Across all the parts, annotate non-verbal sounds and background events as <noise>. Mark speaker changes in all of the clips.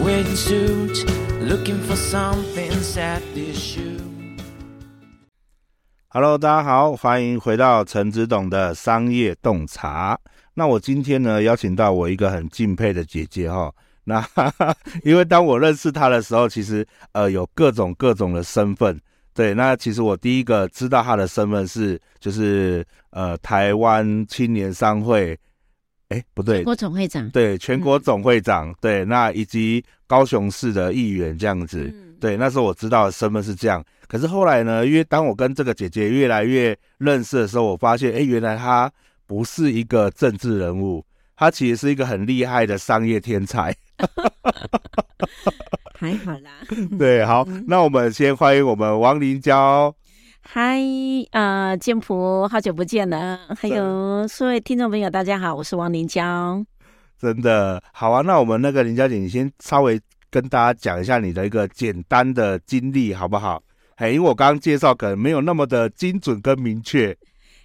Speaker 1: riding suit, looking for something inside this shoe.
Speaker 2: Hello，大家好，欢迎回到陈子董的商业洞察。那我今天呢，邀请到我一个很敬佩的姐姐哈、那 <laughs> 哈哈，因为当我认识她的时候，其实呃有各种各种的身份。对，那其实我第一个知道她的身份是，就是呃台湾青年商会，哎不对，
Speaker 3: 郭总会长，
Speaker 2: 对，全国总会长，对，那以及高雄市的议员这样子，
Speaker 3: 嗯
Speaker 2: 对，那时候我知道的身份是这样。可是后来呢，因为当我跟这个姐姐越来越认识的时候，我发现，哎，原来她不是一个政治人物，她其实是一个很厉害的商业天才。
Speaker 3: 还好啦。 <laughs>
Speaker 2: 对，好，那我们先欢迎我们王林娇。
Speaker 3: 嗨，啊，建普，好久不见了。还有所有听众朋友，大家好，我是王林娇。
Speaker 2: 真的好啊！那我们那个林小姐，你先稍微跟大家讲一下你的一个简单的经历，好不好？哎，因为我刚刚介绍可能没有那么的精准跟明确。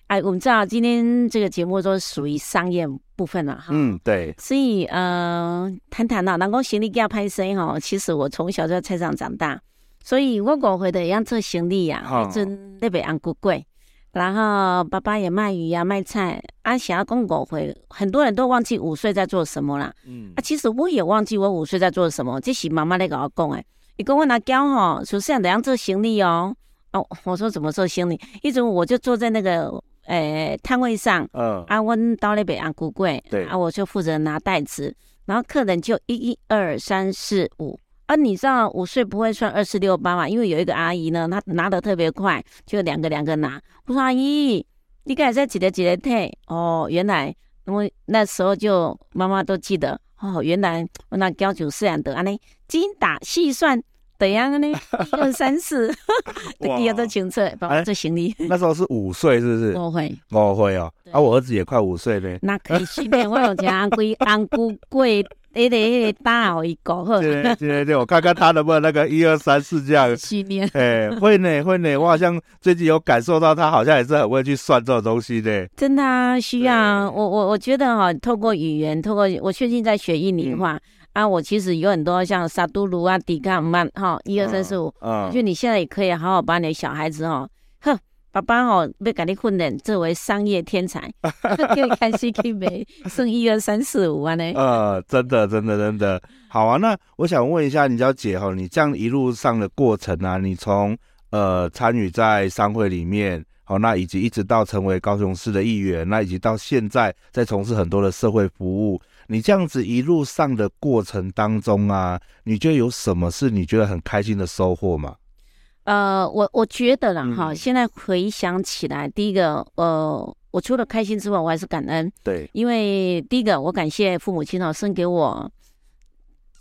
Speaker 3: 哎，我们知道今天这个节目都属于商业部分了哈。
Speaker 2: 嗯，对，
Speaker 3: 所以呃，谈谈啦，人讲行李要拍生吼，其实我从小就在菜场长大，所以我五岁的样做行李呀、
Speaker 2: 哦
Speaker 3: 啊，阵那边昂古贵。然后爸爸也卖鱼呀、啊卖菜。阿霞公狗回，很多人都忘记五岁在做什么啦。
Speaker 2: 嗯
Speaker 3: 啊，，其实我也忘记我五岁在做什么，这是妈妈在跟我讲诶。伊讲我拿胶吼，首先怎样做行李哦。哦，我说怎么做行李？一直我就坐在那个诶摊位上，
Speaker 2: 嗯，
Speaker 3: 啊，阮到那边按古柜，
Speaker 2: 对
Speaker 3: 啊，我就负责拿袋子，然后客人就一一二三四五。啊，你知道五岁不会算二四六八嘛？因为有一个阿姨呢，她拿的特别快，就两个两个拿。我说阿姨，你刚才在几个几个退？哦，原来我那时候就妈妈都记得哦，原来我那教九四然的安尼精打细算，怎样呢？一二三四，
Speaker 2: <laughs>
Speaker 3: <laughs>
Speaker 2: 哇哎
Speaker 3: 这个都清楚，帮我做行李。
Speaker 2: 那时候是五岁，是不是？
Speaker 3: 我会。
Speaker 2: 我会哦，
Speaker 3: 对
Speaker 2: 啊，我儿子也快五岁嘞。
Speaker 3: 那可以训练我有一个红龟红龟龟，迄个迄个搭互伊搞好。
Speaker 2: 今天今天我看看他能不能那个一二三四这样
Speaker 3: 训练。 <laughs>
Speaker 2: 哎，会呢会呢，我好像最近有感受到他好像也是很会去算这种东西的。
Speaker 3: 真的啊，需要啊
Speaker 2: 对
Speaker 3: 我我我觉得哈、透过语言，透过我最近在学印尼话、啊，我其实有很多像萨都鲁啊、迪卡曼哈，一二三四五，
Speaker 2: 嗯
Speaker 3: 就，你现在也可以好好把你的小孩子哦，哼，爸爸哦，要给你训练作为商业天才， <laughs> 叫伊开始去卖，算一二三四五啊安尼。
Speaker 2: 呃，真的，真的，真的，好啊。那我想问一下，你娇姐哈，你这样一路上的过程啊，你从呃参与在商会里面，好、那以及一直到成为高雄市的议员，那以及到现在在从事很多的社会服务，你这样子一路上的过程当中啊，你觉得有什么是你觉得很开心的收获吗？
Speaker 3: 呃，我我觉得啦，哈、
Speaker 2: 嗯
Speaker 3: 现在回想起来，第一个，呃，我除了开心之外，我还是感恩，
Speaker 2: 对，
Speaker 3: 因为第一个，我感谢父母亲哦，生给我，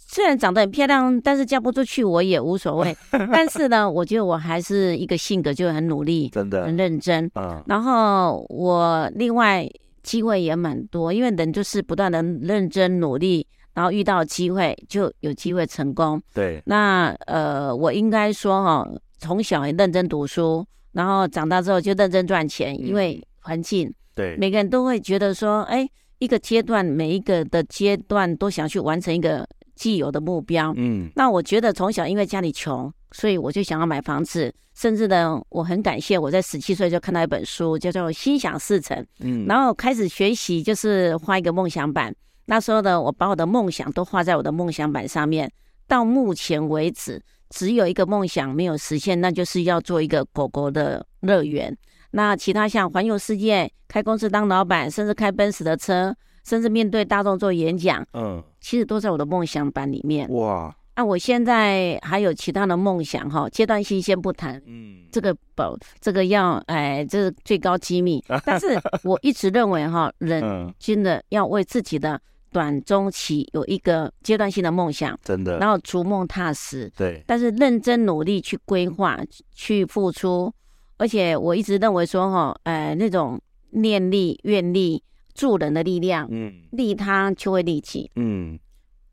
Speaker 3: 虽然长得很漂亮，但是嫁不出去我也无所
Speaker 2: <laughs>
Speaker 3: 谓，但是呢，我觉得我还是一个性格就很努力、
Speaker 2: 真的，
Speaker 3: 很认真，
Speaker 2: 嗯，
Speaker 3: 然后我另外机会也蛮多，因为人就是不断的认真努力，然后遇到机会就有机会成功。
Speaker 2: 对，
Speaker 3: 那呃，我应该说哈、哦，从小也认真读书，然后长大之后就认真赚钱，因为环境，
Speaker 2: 对，
Speaker 3: 每个人都会觉得说，哎，一个阶段每一个的阶段都想去完成一个既有的目标。
Speaker 2: 嗯，
Speaker 3: 那我觉得从小因为家里穷，所以我就想要买房子，甚至呢，我很感谢我在十七岁就看到一本书，叫做《心想事成》，
Speaker 2: 嗯，
Speaker 3: 然后开始学习，就是画一个梦想板。那时候呢，我把我的梦想都画在我的梦想板上面。到目前为止，只有一个梦想没有实现，那就是要做一个狗狗的乐园。那其他像环游世界、开公司当老板，甚至开奔驰的车，甚至面对大众做演讲，
Speaker 2: 嗯，
Speaker 3: 其实都在我的梦想板里面。
Speaker 2: 哇，
Speaker 3: 那、我现在还有其他的梦想哈，阶段性先不谈，
Speaker 2: 嗯，
Speaker 3: 这个保这个要哎，这是最高
Speaker 2: <laughs>
Speaker 3: 机密。但是我一直认为哈，人
Speaker 2: 嗯，
Speaker 3: 真的要为自己的短中期有一个阶段性的梦想，
Speaker 2: 真的，
Speaker 3: 然后逐梦踏实，
Speaker 2: 对，
Speaker 3: 但是认真努力去规划、去付出。而且我一直认为说哈，哎，那种念力、愿力、助人的力量，
Speaker 2: 嗯，
Speaker 3: 利他就会利己。
Speaker 2: 嗯。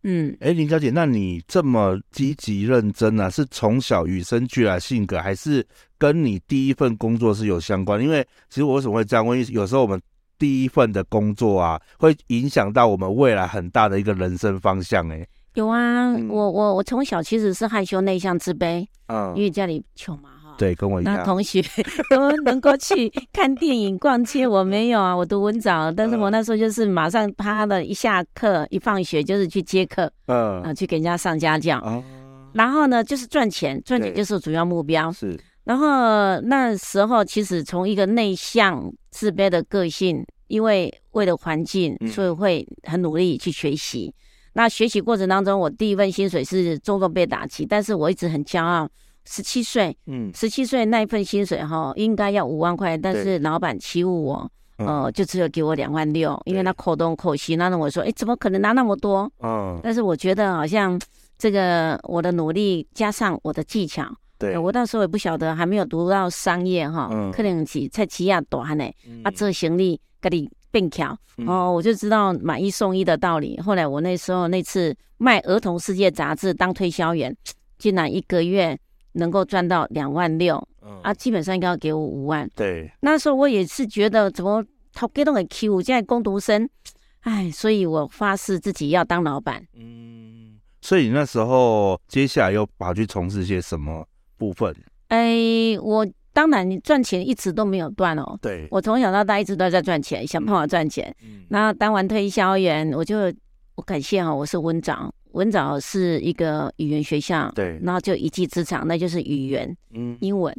Speaker 3: 嗯，
Speaker 2: 哎，林小姐，那你这么积极认真啊，是从小与生俱来性格，还是跟你第一份工作是有相关？因为其实我为什么会这样问？因为有时候我们第一份的工作啊，会影响到我们未来很大的一个人生方向、诶
Speaker 3: 有啊，
Speaker 2: 嗯
Speaker 3: 我我我从小其实是害羞、内向、自卑，因
Speaker 2: 嗯，
Speaker 3: 为家里穷嘛哈。
Speaker 2: 对，跟我一
Speaker 3: 那
Speaker 2: 样，
Speaker 3: 同学 <laughs> 都能够去看电影、逛街，我没有啊，我读文藻，但
Speaker 2: 嗯
Speaker 3: 是我那时候就是马上啪的一下课、一放学就是去接客啊、
Speaker 2: 嗯
Speaker 3: 去给人家上家教，
Speaker 2: 啊，
Speaker 3: 然后呢就是赚钱，赚钱
Speaker 2: 对
Speaker 3: 就是主要目标。
Speaker 2: 是
Speaker 3: 然后那时候其实从一个内向、自卑的个性，因为为了环境
Speaker 2: 嗯，
Speaker 3: 所以会很努力去学习。那学习过程当中，我第一份薪水是重重被打击，但是我一直很骄傲。十七岁，
Speaker 2: 嗯
Speaker 3: 十七岁那一份薪水哈，应该要五万块，但是老板欺负我，
Speaker 2: 嗯
Speaker 3: 呃，就只有给我两万六，因为
Speaker 2: 对
Speaker 3: 他扣东扣西，那让我说，哎，怎么可能拿那么多？
Speaker 2: 嗯，
Speaker 3: 但是我觉得好像这个我的努力加上我的技巧，
Speaker 2: 对，
Speaker 3: 呃我那时候也不晓得，还没有读到商业哈
Speaker 2: 嗯，
Speaker 3: 可能是才起亚短呢，啊，做行李给你变巧
Speaker 2: 嗯
Speaker 3: 哦，我就知道买一送一的道理。后来我那时候那次卖《儿童世界》杂志当推销员，竟然一个月能够赚到两万六
Speaker 2: 嗯
Speaker 3: 啊，基本上应该要给我五万。
Speaker 2: 对，
Speaker 3: 那时候我也是觉得怎么头给都很 Q，现在工读生，哎，所以我发誓自己要当老板。
Speaker 2: 嗯，所以你那时候接下来又跑去从事些什么部分？
Speaker 3: 哎，我当然赚钱一直都没有断哦，
Speaker 2: 对，
Speaker 3: 我从小到大一直都在赚钱，想办法赚钱。
Speaker 2: 嗯
Speaker 3: 然后当完推销员，我就我感谢哈、我是文藻，文藻是一个语言学校，
Speaker 2: 对
Speaker 3: 然后就一技之长，那就是语言
Speaker 2: 嗯
Speaker 3: 英文。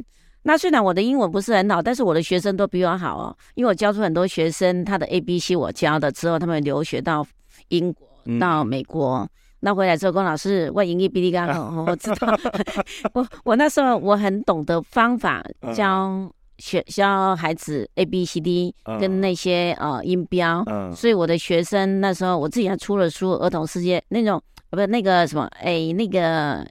Speaker 3: 那虽然我的英文不是很好，但是我的学生都比我好哦，因为我教出很多学生，他的 A、B、C 我教的，之后他们留学到英国、
Speaker 2: 嗯
Speaker 3: 到美国，那回来之后跟老师我英语比你
Speaker 2: <laughs>
Speaker 3: 刚好，哦我知道， <laughs> 我我那时候我很懂得方法
Speaker 2: 嗯
Speaker 3: 教学教孩子 A B C D
Speaker 2: 嗯
Speaker 3: 跟那些呃音标，
Speaker 2: 嗯
Speaker 3: 所以我的学生那时候我自己还出了书《儿童世界》那种，呃不是那个什么，哎，那个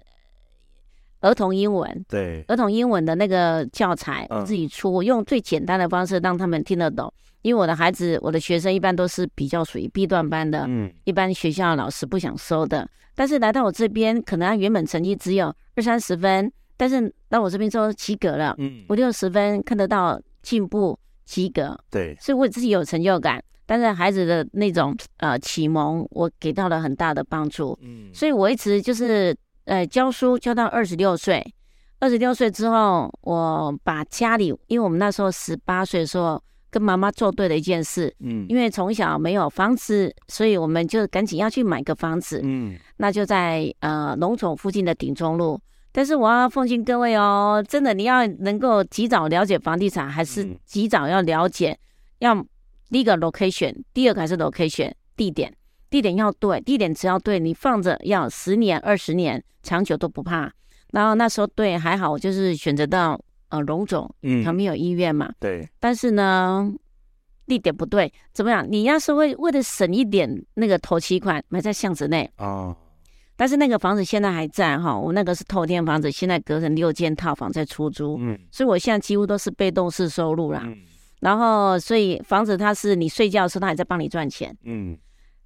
Speaker 3: 儿童英文。
Speaker 2: 对，
Speaker 3: 儿童英文的那个教材，
Speaker 2: 嗯
Speaker 3: 我自己出，我用最简单的方式让他们听得懂。因为我的孩子，我的学生一般都是比较属于 B 段班的，
Speaker 2: 嗯
Speaker 3: 一般学校老师不想收的。但是来到我这边，可能他原本成绩只有二三十分，但是到我这边之后及格了，
Speaker 2: 嗯
Speaker 3: 五，六十分看得到进步，及格，
Speaker 2: 对，
Speaker 3: 所以我自己有成就感。但是孩子的那种呃启蒙，我给到了很大的帮助，
Speaker 2: 嗯
Speaker 3: 所以我一直就是呃教书教到二十六岁。二十六岁之后，我把家里，因为我们那时候十八岁的时候，跟妈妈做对了一件事，
Speaker 2: 嗯
Speaker 3: 因为从小没有房子，所以我们就赶紧要去买个房子。
Speaker 2: 嗯
Speaker 3: 那就在呃龙总附近的鼎中路。但是我要奉劝各位哦，真的你要能够及早了解房地产，还是
Speaker 2: 嗯
Speaker 3: 及早要了解，要第一个 location，第二个还是 location 地点，地点要对，地点只要对，你放着要十年二十年长久都不怕。然后那时候对还好，我就是选择到呃龙总旁
Speaker 2: 嗯，
Speaker 3: 边有医院嘛，
Speaker 2: 对，
Speaker 3: 但是呢，地点不对，怎么样？你要是为为了省一点那个头期款，买在巷子内。
Speaker 2: 哦，
Speaker 3: 但是那个房子现在还在哈，我那个是透天房子，现在隔成六间套房在出租，
Speaker 2: 嗯
Speaker 3: 所以我现在几乎都是被动式收入啦。
Speaker 2: 嗯
Speaker 3: 然后，所以房子它是你睡觉的时候，它还在帮你赚钱。
Speaker 2: 嗯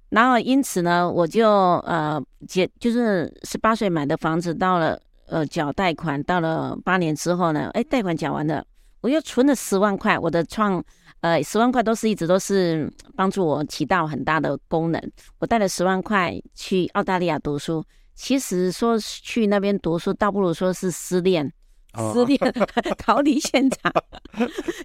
Speaker 3: 然后，因此呢，我就呃结就是十八岁买的房子，到了呃缴贷款，到了八年之后呢，哎，贷款缴完了，我又存了十万块，我的创呃十万块都是一直都是嗯帮助我起到很大的功能。我带了十万块去澳大利亚读书，其实说是去那边读书，倒不如说是失恋。
Speaker 2: 哦 <laughs>
Speaker 3: 失恋，逃离现场， <laughs>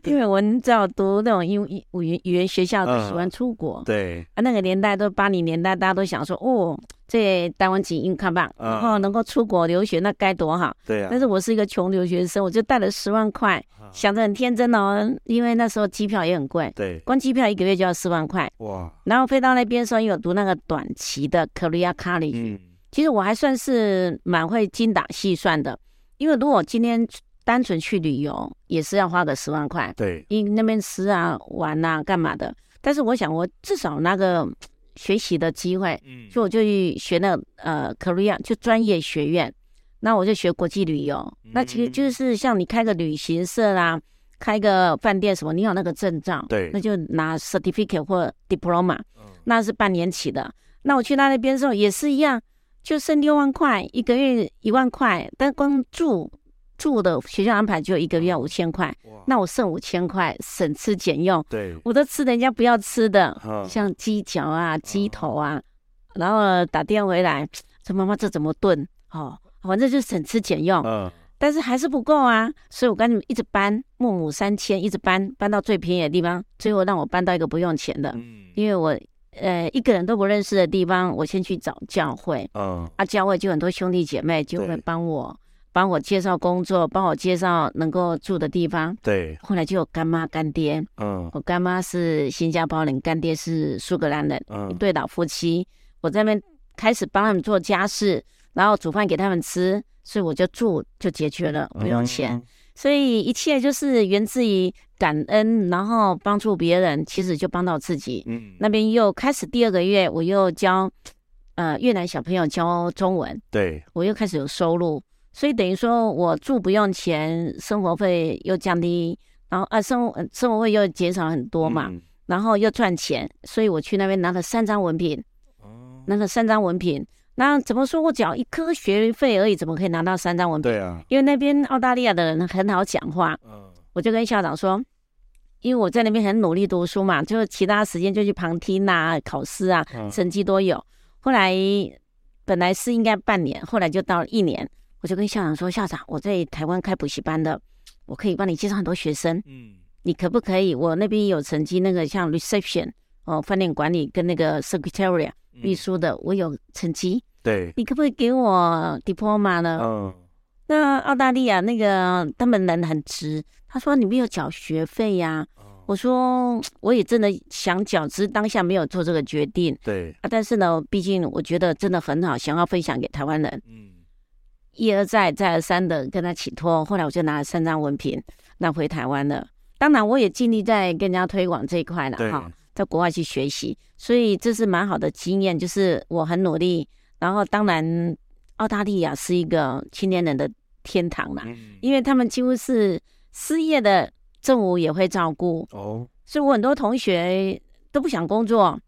Speaker 3: 因为我们只要读那种英语语言语言学校，
Speaker 2: 嗯
Speaker 3: 喜欢出国。
Speaker 2: 对，
Speaker 3: 啊，那个年代都八零年代，大家都想说，哦，这台湾籍硬看棒，
Speaker 2: 嗯
Speaker 3: 然后能够出国留学，那该多好。
Speaker 2: 对啊，
Speaker 3: 但是我是一个穷留学生，我就带了十万块，
Speaker 2: 啊
Speaker 3: 想着很天真哦，因为那时候机票也很贵，
Speaker 2: 对，
Speaker 3: 光机票一个月就要四万块。
Speaker 2: 哇，
Speaker 3: 然后飞到那边的时候，因为我读那个短期的 Korea College，、
Speaker 2: 嗯
Speaker 3: 其实我还算是蛮会精打细算的，因为如果今天单纯去旅游，也是要花个十万块。
Speaker 2: 对，
Speaker 3: 因为那边吃啊、玩啊、干嘛的。但是我想，我至少那个学习的机会，
Speaker 2: 嗯
Speaker 3: 所以我就去学了呃 Korea 就专业学院，那我就学国际旅游。
Speaker 2: 嗯
Speaker 3: 那其实就是像你开个旅行社啦，开个饭店什么，你有那个证照，
Speaker 2: 对
Speaker 3: 那就拿 certificate 或 diploma，那是半年起
Speaker 2: 嗯
Speaker 3: 的。那我去到那边的时候也是一样，就剩六万块，一个月一万块，但光住住的学校安排就一个月五千块。
Speaker 2: 哇，
Speaker 3: 那我剩五千块，省吃俭用，
Speaker 2: 对，
Speaker 3: 我都吃人家不要吃的，
Speaker 2: 哈
Speaker 3: 像鸡脚啊、鸡头啊，然后打电回来，这妈妈这怎么炖？哦，反正就是省吃俭用。
Speaker 2: 嗯，
Speaker 3: 但是还是不够啊，所以我跟你们一直搬，木母三千，一直搬，搬到最便宜的地方，最后让我搬到一个不用钱的，
Speaker 2: 嗯
Speaker 3: 因为我呃一个人都不认识的地方，我先去找教会
Speaker 2: 嗯
Speaker 3: 啊，教会就很多兄弟姐妹就会
Speaker 2: 对
Speaker 3: 帮我帮我介绍工作，帮我介绍能够住的地方。
Speaker 2: 对，
Speaker 3: 后来就有干妈干爹，
Speaker 2: 嗯
Speaker 3: 我干妈是新加坡人，干爹是苏格兰人，一
Speaker 2: 嗯
Speaker 3: 对老夫妻，我在那边开始帮他们做家事，然后煮饭给他们吃，所以我就住就解决了，不
Speaker 2: 嗯
Speaker 3: 用钱。，所以一切就是源自于感恩，然后帮助别人，其实就帮到自己。
Speaker 2: 嗯，
Speaker 3: 那边又开始第二个月，我又教呃越南小朋友教中文，
Speaker 2: 对，
Speaker 3: 我又开始有收入，所以等于说我住不用钱，生活费又降低，然后啊生活呃生活费又减少很多嘛。
Speaker 2: 嗯
Speaker 3: 然后又赚钱，所以我去那边拿了三张文凭，
Speaker 2: 哦
Speaker 3: 拿了三张文凭。那怎么说？我只要一科学费而已，怎么可以拿到三张文凭？
Speaker 2: 对啊，
Speaker 3: 因为那边澳大利亚的人很好讲话，
Speaker 2: 嗯
Speaker 3: 我就跟校长说，因为我在那边很努力读书嘛，就是其他时间就去旁听啊、考试啊，
Speaker 2: 嗯
Speaker 3: 成绩都有。后来本来是应该半年，后来就到了一年，我就跟校长说，校长，我在台湾开补习班的，我可以帮你介绍很多学生。
Speaker 2: 嗯
Speaker 3: 你可不可以？我那边有曾经那个像 reception 哦，饭店管理跟那个 secretariat
Speaker 2: 嗯
Speaker 3: 秘书的，我有成绩，
Speaker 2: 对，
Speaker 3: 你可不可以给我 diploma 呢？
Speaker 2: 嗯
Speaker 3: 那澳大利亚那个他们人很直，他说你没有缴学费呀、
Speaker 2: 哦
Speaker 3: 我说我也真的想缴，只是当下没有做这个决定
Speaker 2: 对，
Speaker 3: 啊。但是呢，毕竟我觉得真的很好，想要分享给台湾人。
Speaker 2: 嗯
Speaker 3: 一而再、再而三的跟他起托，后来我就拿了三张文凭，那回台湾了。当然，我也尽力在跟人家推广这一块了
Speaker 2: 对，
Speaker 3: 哈，在国外去学习，所以这是蛮好的经验，就是我很努力。然后，当然，澳大利亚是一个青年人的天堂啦，
Speaker 2: 嗯
Speaker 3: 因为他们几乎是失业的，政府也会照顾，
Speaker 2: 哦
Speaker 3: 所以我很多同学都不想工作。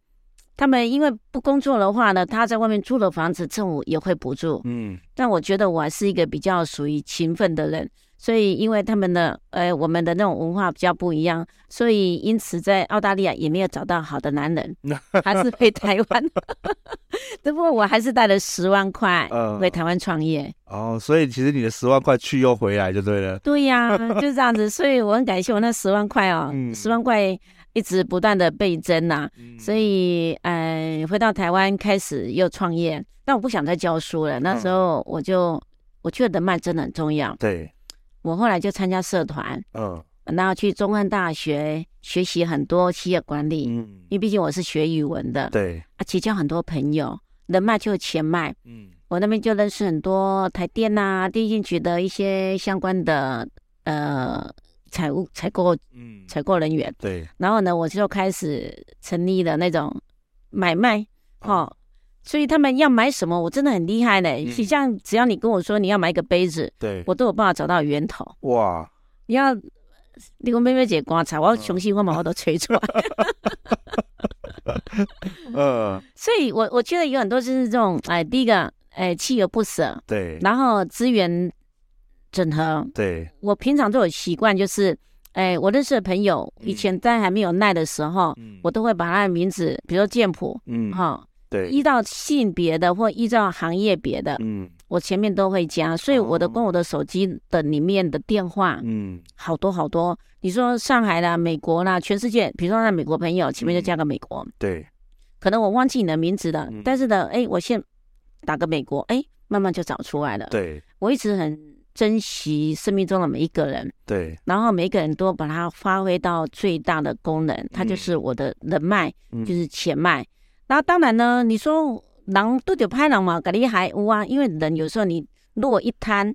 Speaker 3: 他们因为不工作的话呢，他在外面租了房子，政府也会补助。
Speaker 2: 嗯
Speaker 3: 但我觉得我还是一个比较属于勤奋的人，所以因为他们的呃我们的那种文化比较不一样，所以因此在澳大利亚也没有找到好的男
Speaker 2: <laughs>
Speaker 3: 人，还是回台湾。 <laughs> 只不过我还是带了十万块
Speaker 2: 呃
Speaker 3: 回台湾创业。
Speaker 2: 哦，所以其实你的十万块去又回来就对了，
Speaker 3: 对呀、就这样子，所以我很感谢我那十万块哦，
Speaker 2: 嗯
Speaker 3: 十万块一直不断的倍增呐、
Speaker 2: 嗯
Speaker 3: 所以，呃，回到台湾开始又创业，但我不想再教书了。那
Speaker 2: 嗯
Speaker 3: 时候我就，我觉得人脉真的很重要。
Speaker 2: 对，
Speaker 3: 我后来就参加社团，
Speaker 2: 嗯
Speaker 3: 然后去中汉大学学习很多企业管理，
Speaker 2: 嗯
Speaker 3: 因为毕竟我是学语文的，
Speaker 2: 对，
Speaker 3: 啊，结交很多朋友，人脉就是钱脉。
Speaker 2: 嗯
Speaker 3: 我那边就认识很多台电呐、电信局的一些相关的呃财务采购
Speaker 2: 嗯
Speaker 3: 采购人员。
Speaker 2: 对，
Speaker 3: 然后呢，我就开始成立了那种买卖，哈、
Speaker 2: 嗯
Speaker 3: 所以他们要买什么，我真的很厉害嘞。
Speaker 2: 嗯
Speaker 3: 像只要你跟我说你要买一个杯子，
Speaker 2: 对，
Speaker 3: 我都有办法找到源头。
Speaker 2: 哇，
Speaker 3: 你要你讲妹妹姐观察，我雄心我嘛我都
Speaker 2: <laughs>
Speaker 3: 吹出来，
Speaker 2: 嗯
Speaker 3: 所以我我觉得有很多就是这种，哎，第一个，哎，锲而不舍，
Speaker 2: 对
Speaker 3: 然后资源整合。
Speaker 2: 对，
Speaker 3: 我平常都有习惯，就是，哎，我认识的朋友，
Speaker 2: 嗯
Speaker 3: 以前在还没有耐的时候，
Speaker 2: 嗯
Speaker 3: 我都会把他的名字，比如说剑谱，
Speaker 2: 嗯
Speaker 3: 哈、
Speaker 2: 对，
Speaker 3: 依照性别的或依照行业别的，
Speaker 2: 嗯
Speaker 3: 我前面都会加，所以我的
Speaker 2: 哦
Speaker 3: 跟我的手机的里面的电话，
Speaker 2: 嗯
Speaker 3: 好多好多。你说上海啦、美国啦、全世界，比如说那美国朋友前面就加个美国，
Speaker 2: 对，
Speaker 3: 可能我忘记你的名字了，
Speaker 2: 嗯
Speaker 3: 但是呢，哎，我先打个美国，哎，慢慢就找出来了。
Speaker 2: 对
Speaker 3: 我一直很珍惜生命中的每一个人，
Speaker 2: 对，
Speaker 3: 然后每一个人都把它发挥到最大的功能，它就是我的人脉，
Speaker 2: 嗯
Speaker 3: 就是钱脉。然后当然呢，你说人对着拍人嘛，肯定还有啊，因为人有时候你如果一贪，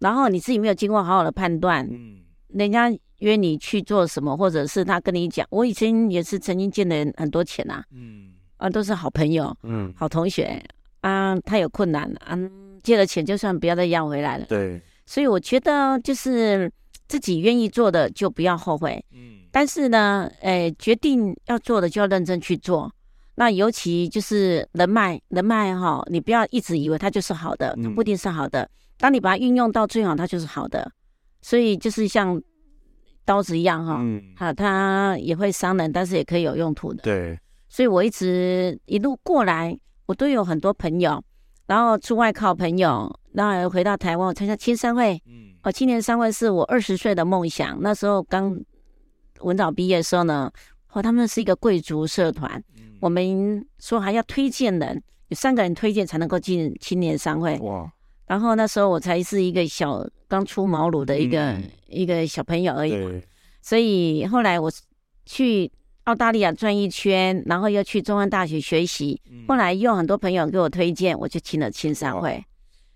Speaker 3: 然后你自己没有经过好好的判断，
Speaker 2: 嗯
Speaker 3: 人家约你去做什么，或者是他跟你讲，我以前也是曾经见的人很多钱啊，
Speaker 2: 嗯
Speaker 3: 啊，都是好朋友、
Speaker 2: 嗯，
Speaker 3: 好同学啊，他有困难啊，借了钱就算不要再要回来了。
Speaker 2: 对，
Speaker 3: 所以我觉得就是自己愿意做的就不要后悔，
Speaker 2: 嗯
Speaker 3: 但是呢，诶，决定要做的就要认真去做。那尤其就是人脉，人脉哈、你不要一直以为它就是好的，它
Speaker 2: 嗯
Speaker 3: 不一定是好的。当你把它运用到最好，它就是好的。所以就是像刀子一样哈、
Speaker 2: 嗯
Speaker 3: 好、它也会伤人，但是也可以有用途的。
Speaker 2: 对，
Speaker 3: 所以我一直一路过来，我都有很多朋友。然后出外靠朋友，那回到台湾，我参加青商会。
Speaker 2: 嗯
Speaker 3: 哦，青年商会是我二十岁的梦想。那时候刚
Speaker 2: 嗯
Speaker 3: 文藻毕业的时候呢，哦，他们是一个贵族社团，
Speaker 2: 嗯
Speaker 3: 我们说还要推荐人，有三个人推荐才能够进青年商会。
Speaker 2: 哇，
Speaker 3: 然后那时候我才是一个小刚出茅庐的一个、
Speaker 2: 嗯
Speaker 3: 一个小朋友而已，
Speaker 2: 对，
Speaker 3: 所以后来我去澳大利亚转一圈，然后又去中央大学学习，
Speaker 2: 嗯
Speaker 3: 后来又有很多朋友给我推荐，我就进了青商会。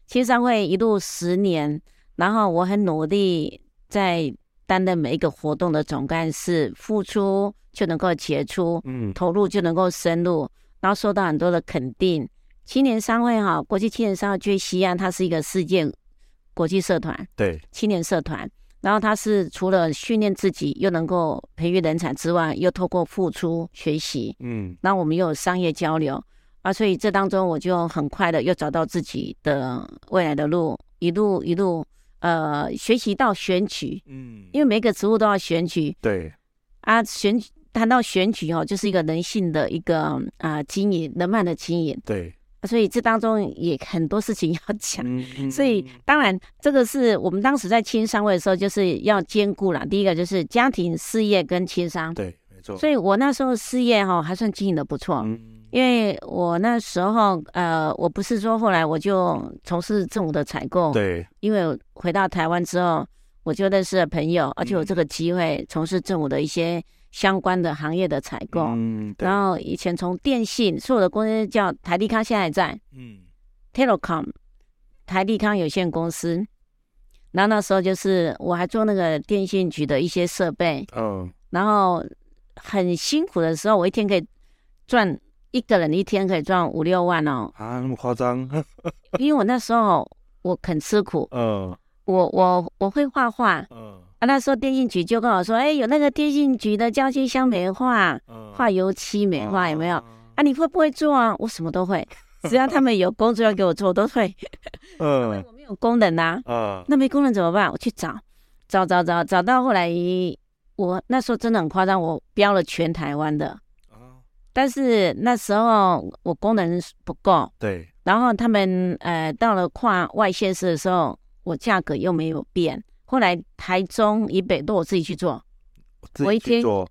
Speaker 3: 青商会一路十年，然后我很努力在担任每一个活动的总干事，付出就能够杰出，
Speaker 2: 嗯
Speaker 3: 投入就能够深入，然后受到很多的肯定。青年商会哈、国际青年商会去西安，它是一个世界国际社团，
Speaker 2: 对，
Speaker 3: 青年社团。然后它是除了训练自己，又能够培育人才之外，又透过付出学习，
Speaker 2: 嗯
Speaker 3: 那我们又有商业交流啊，所以这当中我就很快的又找到自己的未来的路，一路一路呃学习到选举，
Speaker 2: 嗯，
Speaker 3: 因为每个职务都要选举
Speaker 2: 对，
Speaker 3: 啊，选举谈到选举哦，就是一个人性的一个啊、经营人脉的经营、
Speaker 2: 对，
Speaker 3: 啊所以这当中也很多事情要讲。
Speaker 2: 嗯
Speaker 3: 所以，当然，这个是我们当时在青商会的时候，就是要兼顾啦。第一个就是家庭、事业跟青商。
Speaker 2: 对，没错，
Speaker 3: 所以我那时候事业哈、还算经营的不错，
Speaker 2: 嗯
Speaker 3: 因为我那时候呃，我不是说后来我就从事政府的采购，
Speaker 2: 对，
Speaker 3: 因为我回到台湾之后，我就认识了朋友，而且
Speaker 2: 嗯
Speaker 3: 有这个机会从事政府的一些相关的行业的采购。
Speaker 2: 嗯，对
Speaker 3: 然，后以前从电信，所有的公司叫台利康，现在还在
Speaker 2: 嗯
Speaker 3: Telecom 台利康有限公司。然后那时候就是我还做那个电信局的一些设备，
Speaker 2: 嗯，，
Speaker 3: 然后很辛苦的时候，我一天可以赚一个人一天可以赚五六万哦
Speaker 2: <laughs> 啊，那么夸张，
Speaker 3: 因为我那时候我肯吃苦，
Speaker 2: 嗯
Speaker 3: 我我我会画画啊，
Speaker 2: 嗯
Speaker 3: 那时候电信局就跟我说，哎，有那个电信局的胶漆箱美化、
Speaker 2: 嗯，
Speaker 3: 画油漆美化有没有？
Speaker 2: 嗯？
Speaker 3: 啊，你会不会做啊？我什么都会，只要他们有工作要给我做，我都会。
Speaker 2: 嗯
Speaker 3: 我没有工人啊呐、
Speaker 2: 嗯
Speaker 3: 那没工人怎么办？我去找，找找找，找到后来，我那时候真的很夸张，我标了全台湾的。
Speaker 2: 啊，
Speaker 3: 但是那时候我工人不够，
Speaker 2: 对，
Speaker 3: 然后他们呃到了跨外县市的时候，我价格又没有变。后来台中以北都我自己去做，
Speaker 2: 自
Speaker 3: 我
Speaker 2: 己
Speaker 3: 一
Speaker 2: 去
Speaker 3: 天
Speaker 2: 做，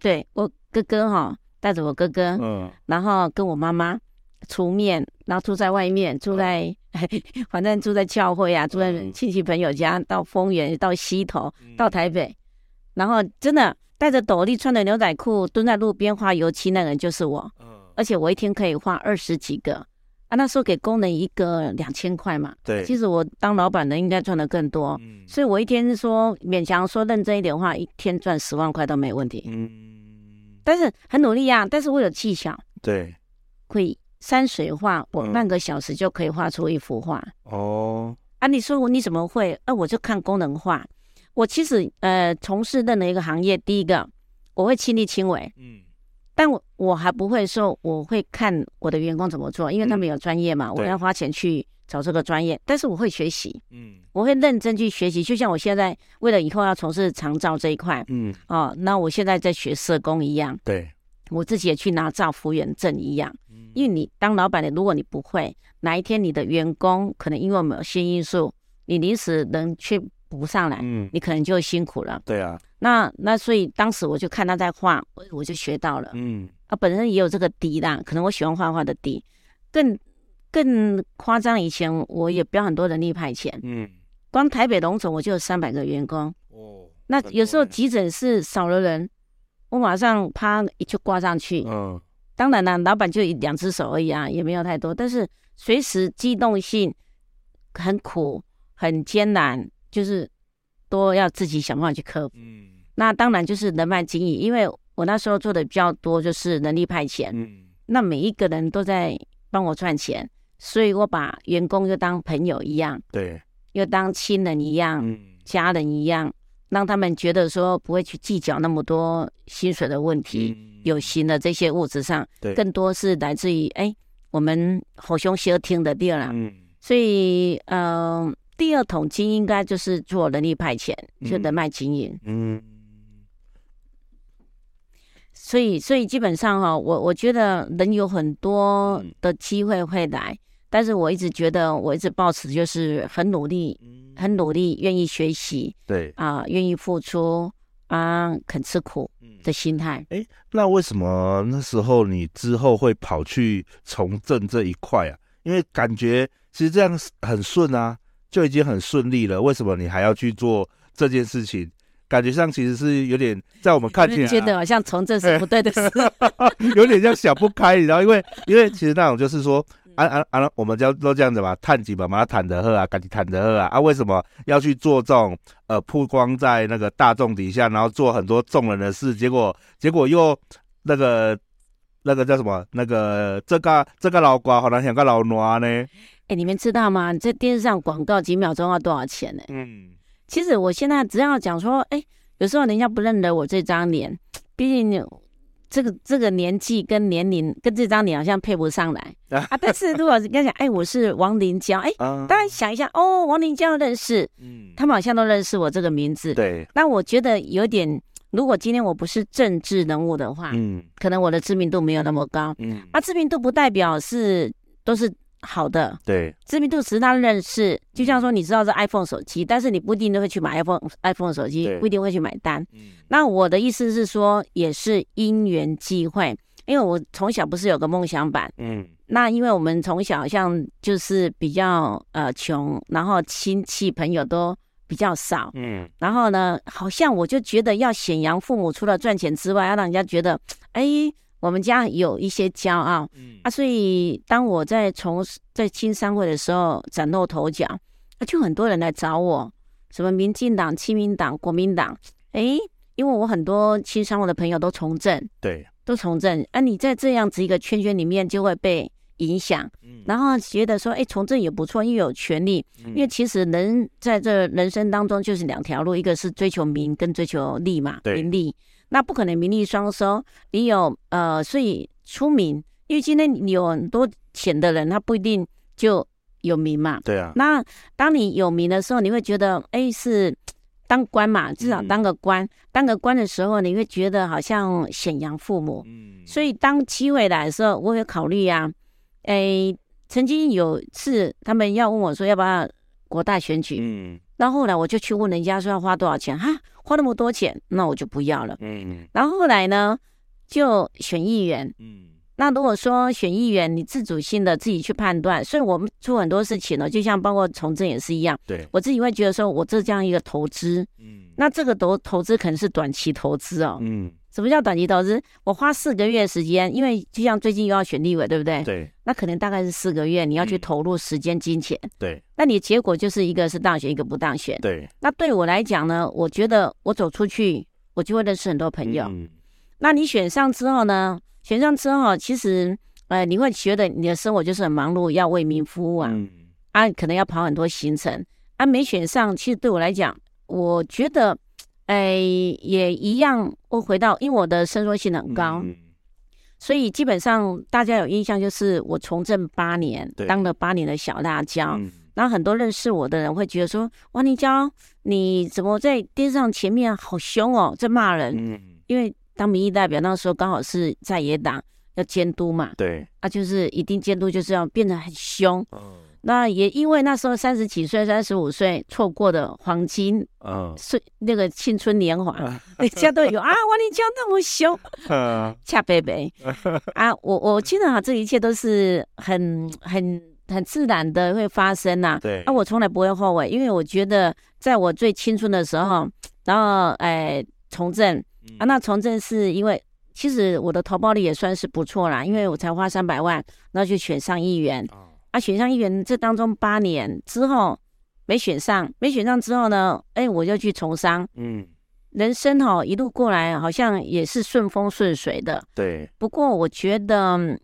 Speaker 3: 对我哥哥哈、带着我哥哥，
Speaker 2: 嗯
Speaker 3: 然后跟我妈妈出面，然后住在外面，住在、 <laughs> 反正住在教会啊，住在
Speaker 2: 嗯
Speaker 3: 亲戚朋友家，到丰原，到溪头，
Speaker 2: 嗯
Speaker 3: 到台北，然后真的戴着斗笠，穿着牛仔裤，蹲在路边画油漆，那个人就是我。
Speaker 2: 嗯，
Speaker 3: 而且我一天可以画二十几个啊。那时候给工人一个两千块嘛，
Speaker 2: 对，
Speaker 3: 其实我当老板的应该赚的更多，
Speaker 2: 嗯
Speaker 3: 所以我一天说勉强说认真一点的话，一天赚十万块都没问题。
Speaker 2: 嗯，
Speaker 3: 但是很努力啊，但是我有技巧，
Speaker 2: 对，
Speaker 3: 会山水画，我
Speaker 2: 嗯
Speaker 3: 半个小时就可以画出一幅画。
Speaker 2: 哦，
Speaker 3: 啊，你说我你怎么会？啊，我就看工人画。我其实呃从事任何一个行业，第一个我会亲力亲为，
Speaker 2: 嗯
Speaker 3: 但我我还不会说，我会看我的员工怎么做，因为他们有专业嘛，我
Speaker 2: 对
Speaker 3: 要花钱去找这个专业。但是我会学习，
Speaker 2: 嗯
Speaker 3: 我会认真去学习。就像我现在为了以后要从事长照这一块
Speaker 2: 嗯，
Speaker 3: 哦，那我现在在学社工一样，
Speaker 2: 对，
Speaker 3: 我自己也去拿照服务员证一样。
Speaker 2: 嗯
Speaker 3: 因为你当老板的，如果你不会，哪一天你的员工可能因为某些因素，你临时人去补上来，
Speaker 2: 嗯，
Speaker 3: 你可能就辛苦了。
Speaker 2: 对啊，
Speaker 3: 那那所以当时我就看他在画，我我就学到了。
Speaker 2: 嗯
Speaker 3: 啊，本身也有这个底啦，可能我喜欢画画的底。更更夸张，以前我也标很多人力派遣，
Speaker 2: 嗯，
Speaker 3: 光台北龙总我就有三百个员工。
Speaker 2: 哦，
Speaker 3: 那
Speaker 2: 很
Speaker 3: 有
Speaker 2: 多
Speaker 3: 时候
Speaker 2: 欸
Speaker 3: 急诊室少了人，我马上啪就挂上去。
Speaker 2: 嗯
Speaker 3: 当然啦，老板就一两只手而已啊，也没有太多，但是随时机动性很苦很艰难，就是都要自己想办法去克服。
Speaker 2: 嗯
Speaker 3: 那当然就是人脉经营，因为我那时候做的比较多就是人力派遣，
Speaker 2: 嗯
Speaker 3: 那每一个人都在帮我赚钱，所以我把员工又当朋友一样，
Speaker 2: 对，
Speaker 3: 又当亲人一样，
Speaker 2: 嗯
Speaker 3: 家人一样，让他们觉得说不会去计较那么多薪水的问题，
Speaker 2: 嗯
Speaker 3: 有形的这些物质上，
Speaker 2: 对
Speaker 3: 更多是来自于哎我们好胸协听的第二啦。
Speaker 2: 嗯
Speaker 3: 所以呃，第二桶金应该就是做人力派遣，就
Speaker 2: 嗯
Speaker 3: 人脉经营。
Speaker 2: 嗯
Speaker 3: 所哦以，所以基本上哈、我我觉得人有很多
Speaker 2: 嗯
Speaker 3: 的机会会来，但是我一直觉得，我一直抱持就是很努力，
Speaker 2: 嗯
Speaker 3: 很努力，愿意学习
Speaker 2: 对，
Speaker 3: 啊、愿意付出啊、肯吃苦
Speaker 2: 嗯
Speaker 3: 的心态。
Speaker 2: 那为什么那时候你之后会跑去从政这一块啊？因为感觉其实这样很顺啊，就已经很顺利了，为什么你还要去做这件事情？感觉上其实是有点在我们看
Speaker 3: 就
Speaker 2: 起来
Speaker 3: 是
Speaker 2: 啊、
Speaker 3: 觉得好像从这是不对的事，
Speaker 2: <laughs> 有点像想不开，你知道，因
Speaker 3: <laughs>
Speaker 2: 为因为其实那种就是说，
Speaker 3: 嗯
Speaker 2: 啊啊啊，我们叫都这样子嘛，探几嘛，把它坦得喝啊，赶紧坦得喝啊，啊，为什么要去做这种呃曝光在那个大众底下，然后做很多众人的事，结果结果又那个那个叫什么那个这个这个老瓜好难想个老挪呢？
Speaker 3: 哎、你们知道吗？你在电视上广告几秒钟要多少钱呢、
Speaker 2: 嗯，
Speaker 3: 其实我现在只要讲说，哎、有时候人家不认得我这张脸，毕竟这个这个年纪跟年龄跟这张脸好像配不上来啊。但是如果人家讲，哎、我是王林娇，哎、
Speaker 2: 啊
Speaker 3: 大家想一下，哦，王林娇认识，
Speaker 2: 嗯，
Speaker 3: 他们好像都认识我这个名字。
Speaker 2: 对，
Speaker 3: 那我觉得有点，如果今天我不是政治人物的话，
Speaker 2: 嗯
Speaker 3: 可能我的知名度没有那么高。
Speaker 2: 嗯，
Speaker 3: 啊，知名度不代表是都是好的，
Speaker 2: 对，
Speaker 3: 知名度只是他认
Speaker 2: 嗯
Speaker 3: 识。就像说，你知道是 iPhone 手机，但是你不一定都会去买 iPhone iPhone 手机
Speaker 2: 对，
Speaker 3: 不一定会去买单。
Speaker 2: 嗯
Speaker 3: 那我的意思是说，也是因缘际会，因为我从小不是有个梦想版。
Speaker 2: 嗯
Speaker 3: 那因为我们从小好像就是比较呃穷，然后亲戚朋友都比较少，
Speaker 2: 嗯
Speaker 3: 然后呢，好像我就觉得要显扬父母除了赚钱之外，要让人家觉得，哎，我们家有一些骄傲
Speaker 2: 嗯
Speaker 3: 啊。所以当我在从事在青商会的时候崭露头角，啊，就很多人来找我，什么民进党、亲民党、国民党，哎，因为我很多青商会的朋友都从政，
Speaker 2: 对，
Speaker 3: 都从政啊，你在这样子一个圈圈里面就会被影响，
Speaker 2: 嗯
Speaker 3: 然后觉得说，哎，从政也不错，因为有权利，因为其实人在这人生当中就是两条路，一个是追求名跟追求利嘛，
Speaker 2: 对
Speaker 3: 名利，那不可能名利双收。你有呃，所以出名，因为今天你有很多钱的人，他不一定就有名嘛。
Speaker 2: 对啊，
Speaker 3: 那当你有名的时候，你会觉得，哎，是当官嘛，至少
Speaker 2: 嗯
Speaker 3: 当个官。当个官的时候，你会觉得好像显扬父母，
Speaker 2: 嗯
Speaker 3: 所以当机会来的时候，我有考虑啊。诶，曾经有次他们要问我说要不要国大选举，
Speaker 2: 嗯
Speaker 3: 然后后来我就去问人家说要花多少钱，哈，花那么多钱，那我就不要了。
Speaker 2: 嗯
Speaker 3: 然后后来呢，就选议员。
Speaker 2: 嗯
Speaker 3: 那如果说选议员，你自主性的自己去判断，所以我们做很多事情呢，就像包括从政也是一样，
Speaker 2: 对，
Speaker 3: 我自己会觉得说，我这这样一个投资，
Speaker 2: 嗯
Speaker 3: 那这个投投资可能是短期投资哦，
Speaker 2: 嗯
Speaker 3: 什么叫短期投资？我花四个月时间，因为就像最近又要选立委，对不对？
Speaker 2: 对
Speaker 3: 那可能大概是四个月，你要去
Speaker 2: 嗯
Speaker 3: 投入时间、金钱。
Speaker 2: 对
Speaker 3: 那你的结果就是一个是当选，一个不当选。
Speaker 2: 对，
Speaker 3: 那对我来讲呢，我觉得我走出去，我就会认识很多朋友。
Speaker 2: 嗯
Speaker 3: 那你选上之后呢？选上之后，其实呃，你会觉得你的生活就是很忙碌，要为民服务啊，
Speaker 2: 嗯
Speaker 3: 啊，可能要跑很多行程啊。没选上，其实对我来讲，我觉得，哎、也一样。我回到，因为我的伸缩性很高，
Speaker 2: 嗯
Speaker 3: 所以基本上大家有印象，就是我从政八年
Speaker 2: 对，
Speaker 3: 当了八年的小辣椒。
Speaker 2: 嗯
Speaker 3: 然后很多认识我的人会觉得说：“王立娇，你怎么在电视上前面好凶哦，在骂人？”
Speaker 2: 嗯
Speaker 3: 因为当民意代表那时候刚好是在野党要监督嘛，
Speaker 2: 对，
Speaker 3: 啊，就是一定监督就是要变得很凶。
Speaker 2: 嗯
Speaker 3: 那也因为那时候三十几岁、三十五岁错过的黄金
Speaker 2: 嗯
Speaker 3: 岁那个青春年华，人家都有啊，王立娇那么凶，恰贝贝啊，我我记得啊，这一切都是很很很自然的会发生呐、啊。
Speaker 2: 对
Speaker 3: 啊，我从来不会后悔，因为我觉得在我最青春的时候，然后哎、从政
Speaker 2: 嗯
Speaker 3: 啊，那从政是因为其实我的投报率也算是不错啦，因为我才花三百万，然后去选上议员啊，选上议员这当中八年之后没选上，没选上之后呢，哎、我就去从商，
Speaker 2: 嗯
Speaker 3: 人生哈、一路过来好像也是顺风顺水的。
Speaker 2: 对
Speaker 3: 不过我觉得嗯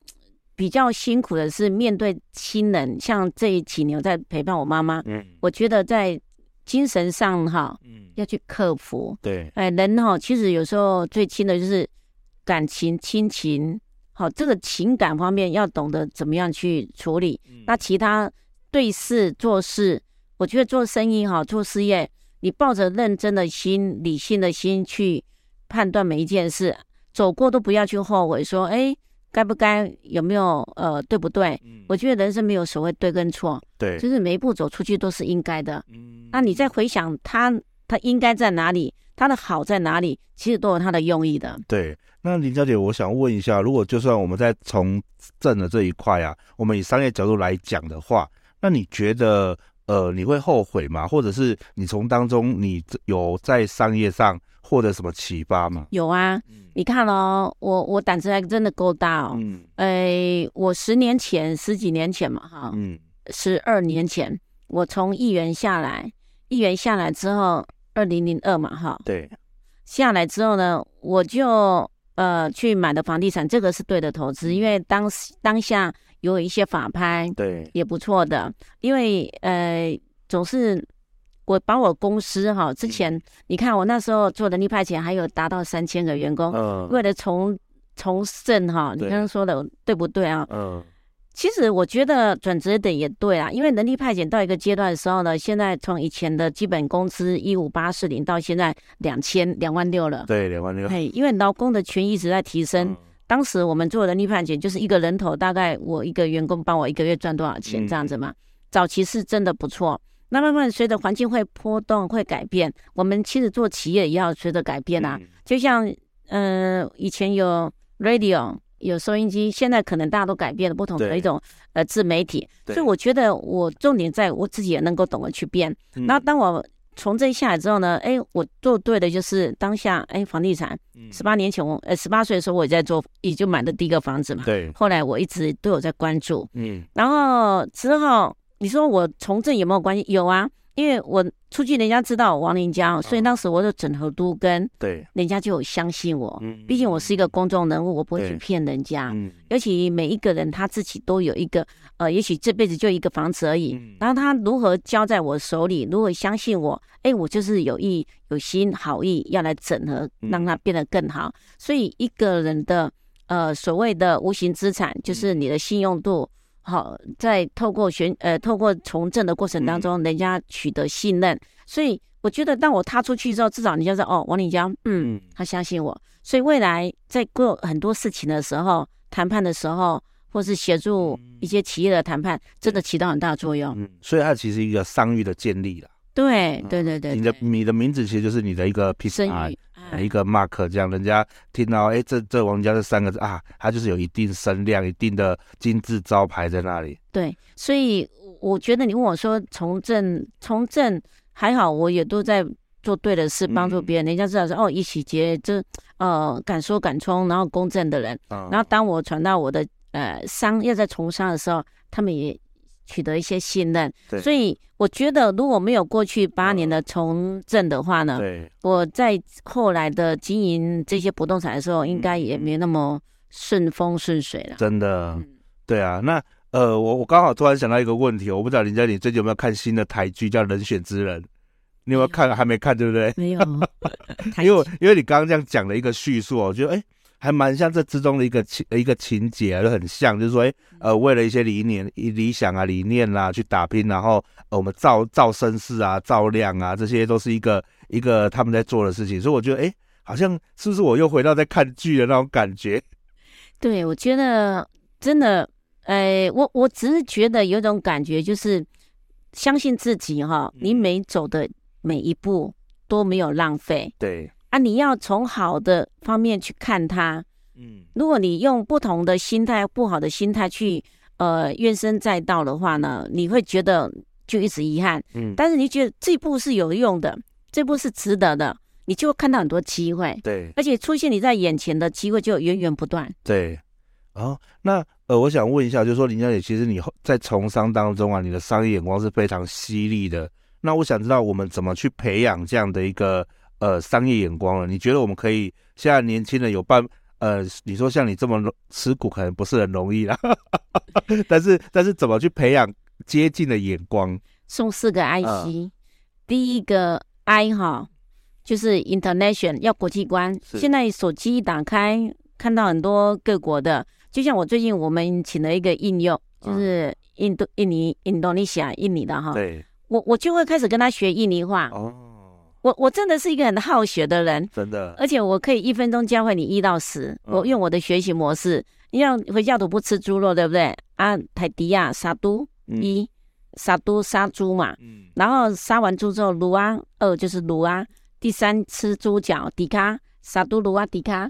Speaker 3: 比较辛苦的是面对亲人，像这几年我在陪伴我妈妈，
Speaker 2: 嗯
Speaker 3: 我觉得在精神上哈
Speaker 2: 嗯
Speaker 3: 要去克服。
Speaker 2: 对
Speaker 3: 哎，人哈其实有时候最亲的就是感情、亲情，好这个情感方面要懂得怎么样去处理。那其他对事做事，我觉得做生意哈，做事业，你抱着认真的心、理性的心去判断每一件事，走过都不要去后悔，说哎，该不该，有没有呃对不对？我觉得人生没有所谓对跟错，
Speaker 2: 嗯对，
Speaker 3: 就是每一步走出去都是应该的。
Speaker 2: 嗯
Speaker 3: 那你再回想他他应该在哪里，他的好在哪里，其实都有他的用意的。
Speaker 2: 对，那林小姐，我想问一下，如果就算我们在从政的这一块啊，我们以商业角度来讲的话，那你觉得呃，你会后悔吗？或者是你从当中你有在商业上获得什么启发吗？
Speaker 3: 有啊，你看哦，我我胆子还真的够大哦。
Speaker 2: 嗯
Speaker 3: 诶，我十年前、十几年前嘛，哈，
Speaker 2: 嗯
Speaker 3: 十二年前，我从议员下来，议员下来之后，二零零二嘛，哈，
Speaker 2: 对，
Speaker 3: 下来之后呢，我就呃去买的房地产，这个是对的投资，因为当时当下有一些法拍
Speaker 2: 对，
Speaker 3: 也不错的，因为呃总是我把我公司哈之前、
Speaker 2: 嗯
Speaker 3: 你看我那时候做人力派遣还有达到三千个员工，
Speaker 2: 嗯
Speaker 3: 为了从从政哈，你
Speaker 2: 对
Speaker 3: 刚刚说的对不对啊？
Speaker 2: 嗯
Speaker 3: 其实我觉得转折点也对啊，因为人力派遣到一个阶段的时候呢，现在从以前的基本工资一五八四零到现在两千两万六了。
Speaker 2: 对，啊嗯两万六，
Speaker 3: 嘿，因为劳工的权益一直在提升。当时我们做人力派遣，就是一个人头大概我一个员工帮我一个月赚多少钱
Speaker 2: 嗯
Speaker 3: 这样子嘛。早期是真的不错，那慢慢随着环境会波动、会改变，我们其实做企业也要随着改变啊。
Speaker 2: 嗯
Speaker 3: 就像呃，以前有 radio 有收音机，现在可能大家都改变了不同的
Speaker 2: 对
Speaker 3: 一种呃自媒体，
Speaker 2: 对
Speaker 3: 所以我觉得我重点在我自己也能够懂得去变。
Speaker 2: 嗯
Speaker 3: 那、当我从这下来之后呢，哎，我做对的就是当下哎房地产，
Speaker 2: 嗯
Speaker 3: 十八年前我呃十八岁的时候我也在做，也就买的第一个房子嘛。
Speaker 2: 对，
Speaker 3: 后来我一直都有在关注，
Speaker 2: 嗯
Speaker 3: 然后之后你说我从政有没有关系？有啊，因为我出去人家知道我王林佳哦，所以当时我就整合都跟
Speaker 2: 对，
Speaker 3: 人家就有相信我。
Speaker 2: 嗯
Speaker 3: 哦毕竟我是一个公众人物，我不会去
Speaker 2: 对
Speaker 3: 骗人家。
Speaker 2: 嗯
Speaker 3: 尤其每一个人他自己都有一个，呃，也许这辈子就一个房子而已。
Speaker 2: 嗯
Speaker 3: 然后他如何交在我手里，如何相信我，哎，我就是有意、有心、好意要来整合，
Speaker 2: 嗯
Speaker 3: 让它变得更好。所以一个人的呃所谓的无形资产，就是你的信用度。好，在透过选呃，透过从政的过程
Speaker 2: 嗯
Speaker 3: 当中，人家取得信任，所以我觉得，当我踏出去之后，至少人家说哦，王丽江，嗯，
Speaker 2: 嗯
Speaker 3: 他相信我，所以未来在做很多事情的时候，谈判的时候，或是协助一些企业的谈判，真的起到很大的作用。
Speaker 2: 嗯，所以它其实一个商誉的建立啦。哦
Speaker 3: 对对对对，
Speaker 2: 你的
Speaker 3: 对
Speaker 2: 你的名字其实就是你的一个 piece
Speaker 3: 声
Speaker 2: i
Speaker 3: 誉，啊嗯
Speaker 2: 一个 mark，这样人家听到，哎，这这王家这三个字啊，它就是有一定声量、一定的金字招牌在那里。
Speaker 3: 对，所以我觉得你问我说从政，从政还好，我也都在做对的事，帮
Speaker 2: 嗯
Speaker 3: 助别人，人家知道说哦，一起节这呃敢说敢冲，然后公正的人。
Speaker 2: 嗯
Speaker 3: 然后当我传到我的呃商要在从商的时候，他们也取得一些信任
Speaker 2: 对。
Speaker 3: 所以我觉得，如果没有过去八年
Speaker 2: 嗯
Speaker 3: 的从政的话呢，
Speaker 2: 对，
Speaker 3: 我在后来的经营这些不动产的时候，
Speaker 2: 嗯
Speaker 3: 应该也没那么顺风顺水了。
Speaker 2: 真的
Speaker 3: 嗯，
Speaker 2: 对啊。那呃，我我刚好突然想到一个问题，我不知道林佳你最近有没有看新的台剧叫《人选之人》，你有没有
Speaker 3: 啊
Speaker 2: 看？还没看，对不对？
Speaker 3: <laughs> 没
Speaker 2: <laughs>
Speaker 3: 有，呃太
Speaker 2: 因为我因为你刚刚这样讲了一个叙述哦，我觉得哎。还蛮像这之中的一个情一个情节啊，就很像，就是说，哎，呃，为了一些理念、理想啊、理念啦、去打拼，然后、呃、我们造造声势啊、造量啊，这些都是一个一个他们在做的事情，所以我觉得，哎，好像是不是我又回到在看剧的那种感觉？
Speaker 3: 对，我觉得真的，呃，我我只是觉得有一种感觉，就是相信自己哈，你
Speaker 2: 嗯
Speaker 3: 每走的每一步都没有浪费
Speaker 2: 对，
Speaker 3: 啊！你要从好的方面去看它。
Speaker 2: 嗯，
Speaker 3: 如果你用不同的心态、不好的心态去呃怨声载道的话呢，你会觉得就一直遗憾。
Speaker 2: 嗯
Speaker 3: 但是你觉得这步是有用的，这步是值得的，你就会看到很多机会，
Speaker 2: 对
Speaker 3: 而且出现你在眼前的机会就源源不断。
Speaker 2: 对。哦，那呃，我想问一下，就是说林小姐，其实你后在从商当中啊，你的商业眼光是非常犀利的。那我想知道我们怎么去培养这样的一个呃商业眼光了？你觉得我们可以现在年轻人有办呃，你说像你这么持股可能不是很容易啦， <laughs> 但是但是怎么去培养接近的眼光？
Speaker 3: 送四个 IC，、
Speaker 2: 嗯
Speaker 3: 第一个 I 哈就是 international 要国际观。
Speaker 2: 是
Speaker 3: 现在手机一打开，看到很多各国的，就像我最近我们请了一个应用，
Speaker 2: 嗯
Speaker 3: 就是印度、印尼、印度尼西亚、印尼的哈，
Speaker 2: 对，
Speaker 3: 我我就会开始跟他学印尼话。
Speaker 2: 哦，
Speaker 3: 我我真的是一个很好学的人，
Speaker 2: 真的，
Speaker 3: 呃而且我可以一分钟教会你一到十。
Speaker 2: 嗯
Speaker 3: 我用我的学习模式，你像回教徒不吃猪肉，对不对？啊，泰迪亚杀猪
Speaker 2: 嗯
Speaker 3: 一，杀猪杀猪嘛，
Speaker 2: 嗯
Speaker 3: 然后杀完猪之后，卤啊，二就是卤啊，第三吃猪脚迪卡。撒都鲁啊
Speaker 2: <laughs>
Speaker 3: 迪卡，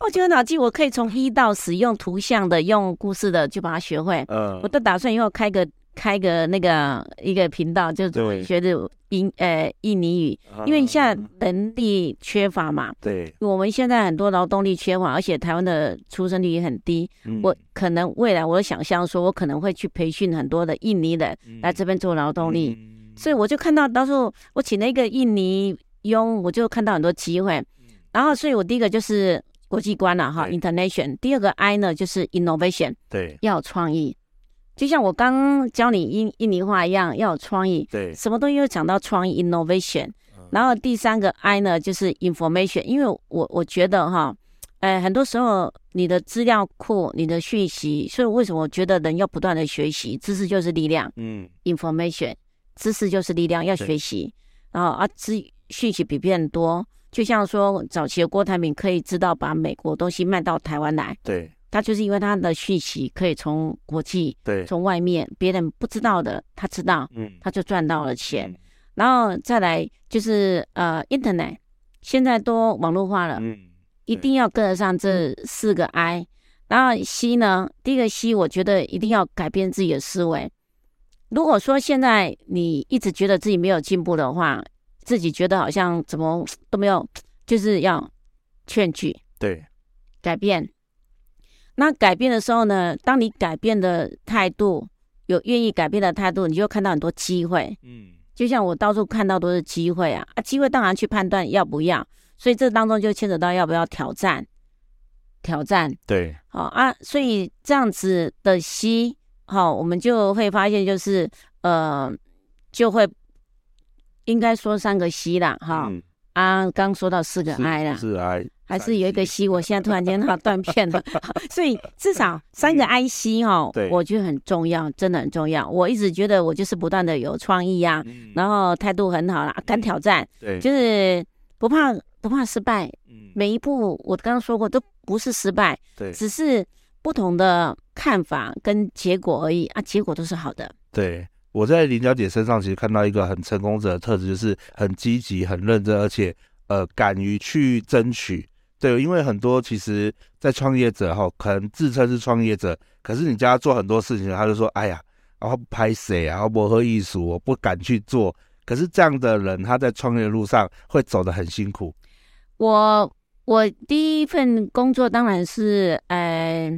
Speaker 3: 我觉得脑筋我可以从一到十用图像的、用故事的就把它学会。
Speaker 2: 呃
Speaker 3: 我，都打算以后开个开个那个一个频道，就
Speaker 2: 对啊
Speaker 3: 学的印呃印尼语，因为现在人力缺乏嘛，
Speaker 2: 对，
Speaker 3: 我们现在很多劳动力缺乏，而且台湾的出生率也很低。
Speaker 2: 嗯
Speaker 3: 我可能未来我想象说，我可能会去培训很多的印尼人来这边做劳动力，
Speaker 2: 嗯
Speaker 3: 所以我就看到到时候我请了一个印尼佣，我就看到很多机会。然后，所以我第一个就是国际观了哈
Speaker 2: 嗯对
Speaker 3: ，international。第二个 I 呢就是 innovation。
Speaker 2: 对
Speaker 3: 要有创意，就像我刚刚教你印印尼话一样，要有创意。
Speaker 2: 对，嗯
Speaker 3: 什么东西又讲到创意 innovation，然后第三个 I 呢就是 information，因为我我觉得哈，呃，很多时候你的资料库、你的讯息，所以为什么我觉得人要不断的学习，知识就是力量
Speaker 2: 嗯
Speaker 3: ，information，知识就是力量，要
Speaker 2: 对
Speaker 3: 学习，然后啊，资讯息比别人多，就像说早期的郭台铭可以知道把美国东西卖到台湾来，
Speaker 2: 对
Speaker 3: 他就是因为他的讯息可以从国际、
Speaker 2: 对，
Speaker 3: 从外面别人不知道的，他知道，
Speaker 2: 嗯
Speaker 3: 他就赚到了钱。
Speaker 2: 嗯
Speaker 3: 然后再来就是呃，Internet 现在都网络化了，
Speaker 2: 嗯
Speaker 3: 一定要跟得上这四个 I。然后 C 呢，第一个 C 我觉得一定要改变自己的思维。如果说现在你一直觉得自己没有进步的话，自己觉得好像怎么都没有，就是要劝举。
Speaker 2: 对
Speaker 3: 改变。那改变的时候呢，当你改变的态度有愿意改变的态度，你就看到很多机会。
Speaker 2: 嗯
Speaker 3: 就像我到处看到都是机会啊，啊，机会当然去判断要不要，所以这当中就牵扯到要不要挑战，挑战。
Speaker 2: 对
Speaker 3: 好、啊，所以这样子的吸，好、我们就会发现就是呃，就会应该说三个吸啦，哈、
Speaker 2: 嗯
Speaker 3: 啊，刚说到四个
Speaker 2: 是
Speaker 3: I 啦，
Speaker 2: 是 I
Speaker 3: 还是有一个 C，我现在突然间它断片了， <laughs> 所以至少三个 I C 哈
Speaker 2: 对，
Speaker 3: 我觉得很重要，真的很重要。我一直觉得我就是不断的有创意啊，
Speaker 2: 嗯
Speaker 3: 然后态度很好啦，敢挑战，
Speaker 2: 对
Speaker 3: 就是不怕不怕失败，
Speaker 2: 嗯
Speaker 3: 每一步我刚刚说过都不是失败，
Speaker 2: 对
Speaker 3: 只是不同的看法跟结果而已啊，结果都是好的。
Speaker 2: 对，我在林小姐身上其实看到一个很成功者的特质，就是很积极、很认真，而且呃敢于去争取。对，因为很多其实，在创业者哈，可能自称是创业者，可是你叫他做很多事情，他就说：“哎呀，然后拍谁啊，我和艺术，我不敢去做。”可是这样的人，他在创业路上会走得很辛苦。
Speaker 3: 我我第一份工作当然是呃，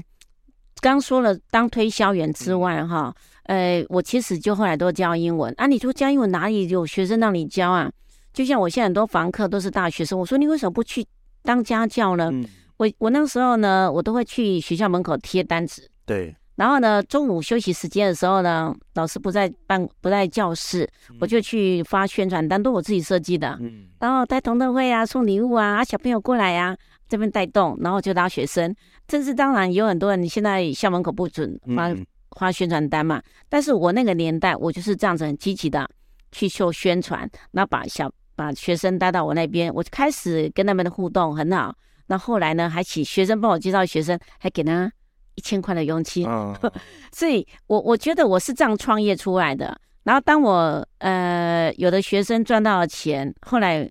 Speaker 3: 刚说了当推销员之外
Speaker 2: 嗯
Speaker 3: 哈，呃，我其实就后来都教英文啊。你说教英文哪里有学生让你教啊？就像我现在很多房客都是大学生，我说你为什么不去当家教呢？
Speaker 2: 嗯，
Speaker 3: 我我那时候呢，我都会去学校门口贴单子，
Speaker 2: 对，
Speaker 3: 然后呢，中午休息时间的时候呢，老师不在办不在教室，我就去发宣传单，都我自己设计的。
Speaker 2: 嗯
Speaker 3: 然后带同乐会啊，送礼物啊，啊小朋友过来啊，这边带动，然后就拉学生。这是当然有很多人现在校门口不准发
Speaker 2: 嗯
Speaker 3: 发宣传单嘛，但是我那个年代我就是这样子很积极的去做宣传，然后把小把学生带到我那边，我就开始跟他们的互动很好。那后来呢，还请学生帮我介绍学生，还给他一千块的佣金。
Speaker 2: 嗯，
Speaker 3: <laughs> 所以我我觉得我是这样创业出来的。然后当我呃有的学生赚到了钱，后来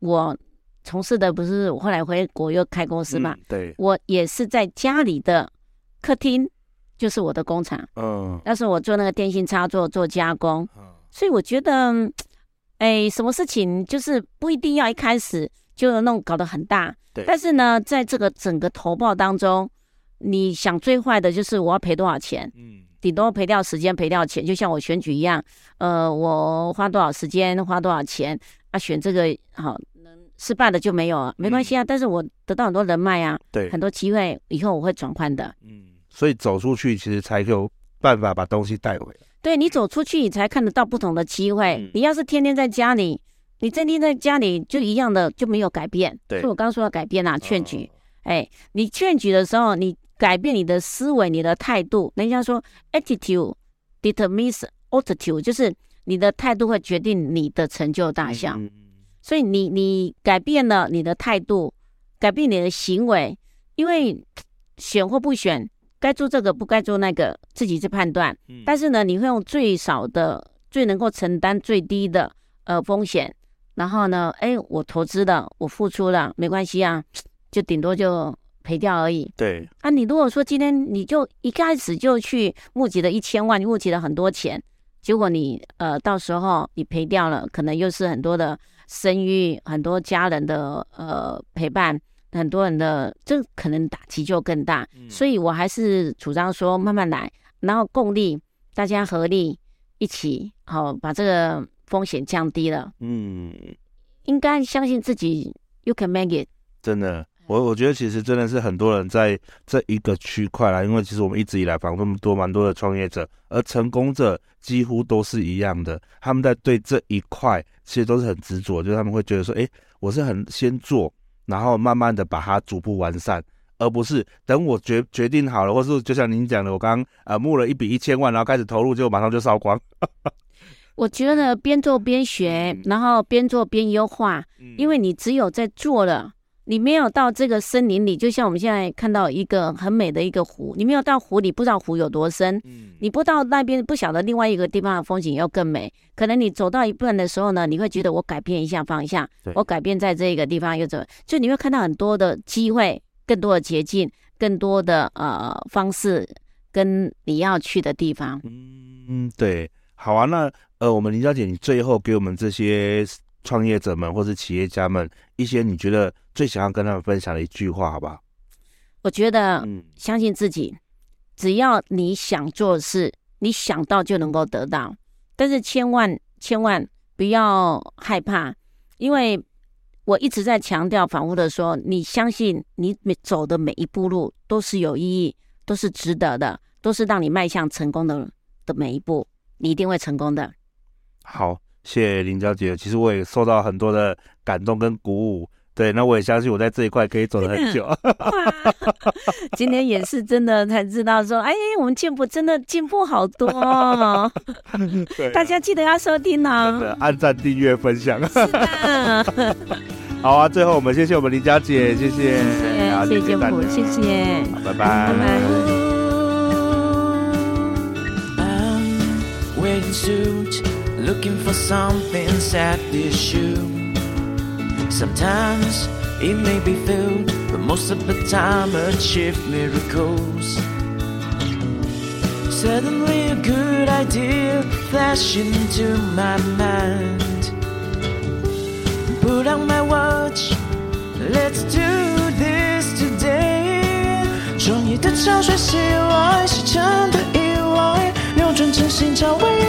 Speaker 3: 我从事的不是我后来回国又开公司嘛，
Speaker 2: 嗯？对，
Speaker 3: 我也是在家里的客厅，就是我的工厂。
Speaker 2: 嗯
Speaker 3: 那时候我做那个电信插座做加工，
Speaker 2: 嗯
Speaker 3: 所以我觉得，嗯哎，什么事情就是不一定要一开始就弄搞得很大
Speaker 2: 对。
Speaker 3: 但是呢，在这个整个投报当中，你想最坏的就是我要赔多少钱。
Speaker 2: 嗯
Speaker 3: 顶多赔掉时间，赔掉钱，就像我选举一样，呃，我花多少时间，花多少钱啊？选这个好，能失败的就没有啊，没关系啊。但是我得到很多人脉啊，
Speaker 2: 嗯对，
Speaker 3: 很多机会，以后我会转换的。
Speaker 2: 嗯，所以走出去其实才有办法把东西带回来。
Speaker 3: 对你走出去，你才看得到不同的机会。
Speaker 2: 嗯
Speaker 3: 你要是天天在家里，你天天在家里就一样的，就没有改变。
Speaker 2: 对哦
Speaker 3: 所以我刚刚说要改变啊，劝举。哎，你劝举的时候，你改变你的思维、你的态度。人家说 attitude determines altitude，就是你的态度会决定你的成就大小。
Speaker 2: 嗯
Speaker 3: 所以你你改变了你的态度，改变你的行为，因为选或不选，该做这个不该做那个，自己去判断。
Speaker 2: 嗯
Speaker 3: 但是呢，你会用最少的、最能够承担最低的呃风险，然后呢，哎，我投资了，我付出了，没关系啊，就顶多就赔掉而已。
Speaker 2: 对，
Speaker 3: 啊，你如果说今天你就一开始就去募集了一千万，你募集了很多钱，结果你呃到时候你赔掉了，可能又是很多的生育、很多家人的呃陪伴，很多人的这可能打击就更大。所以我还是主张说慢慢来，然后共利，大家合力一起好、把这个风险降低了，
Speaker 2: 嗯，
Speaker 3: 应该相信自己，you can make it。
Speaker 2: 真
Speaker 3: 嗯
Speaker 2: 的，我我觉得其实真的是很多人在这一个区块啦，因为其实我们一直以来访问多蛮多的创业者，而成功者几乎都是一样的，他们在对这一块其实都是很执着，就是他们会觉得说，诶，我是很先做，然后慢慢的把它逐步完善。而不是等我决决定好了，或是就像您讲的，我刚刚呃募了一笔一千万，然后开始投入，结果马上就烧光。
Speaker 3: 我觉得边做边学
Speaker 2: 嗯，
Speaker 3: 然后边做边优化，因
Speaker 2: 为
Speaker 3: 为你只有在做了，你没有到这个森林里，就像我们现在看到一个很美的一个湖，你没有到湖里，不知道湖有多深，你不到那边不晓得另外一个地方的风景要更美。可能你走到一半的时候呢，你会觉得我改变一下方向
Speaker 2: 对，
Speaker 3: 我改变在这个地方又怎么？就你会看到很多的机会，更多的捷径，更多的呃方式，跟你要去的地方。
Speaker 2: 嗯，对，好啊。那呃，我们林小姐，你最后给我们这些创业者们或是企业家们一些你觉得最想要跟他们分享的一句话，好不好？
Speaker 3: 我觉得
Speaker 2: 嗯，
Speaker 3: 相信自己，只要你想做的事，你想到就能够得到。但是千万千万不要害怕，因为我一直在强调、反复的说，你相信你每走的每一步路都是有意义，都是值得的，都是让你迈向成功的的每一步，你一定会成功的。 <laughs>
Speaker 2: 好，谢谢林小姐。其实我也受到很多的感动跟鼓舞。对，那我也相信我在这一块可以走得很久。
Speaker 3: 哇，今天也是真的才知道说，哎，我们进步真的进步好多、
Speaker 2: <laughs>
Speaker 3: 哦，
Speaker 2: 对啊
Speaker 3: 大家记得要收听
Speaker 2: 真
Speaker 3: 哦。
Speaker 2: 的按赞、订阅、分享。
Speaker 3: 嗯。
Speaker 2: 好啊，最后我们谢谢我们林小姐，谢谢，好
Speaker 3: 哎
Speaker 2: 啊谢
Speaker 3: 谢谢政
Speaker 2: 大家
Speaker 3: 府，，谢谢，
Speaker 2: 拜
Speaker 3: 拜拜。
Speaker 1: I'm waiting suit, looking for something sad this shoe. Sometimes it may be filled, but most of the time achieve miracles. Suddenly a good idea flashed into my mind. Put on my watch, Let's do this today。创业的潮水袭来，是真的意外，扭转真心找未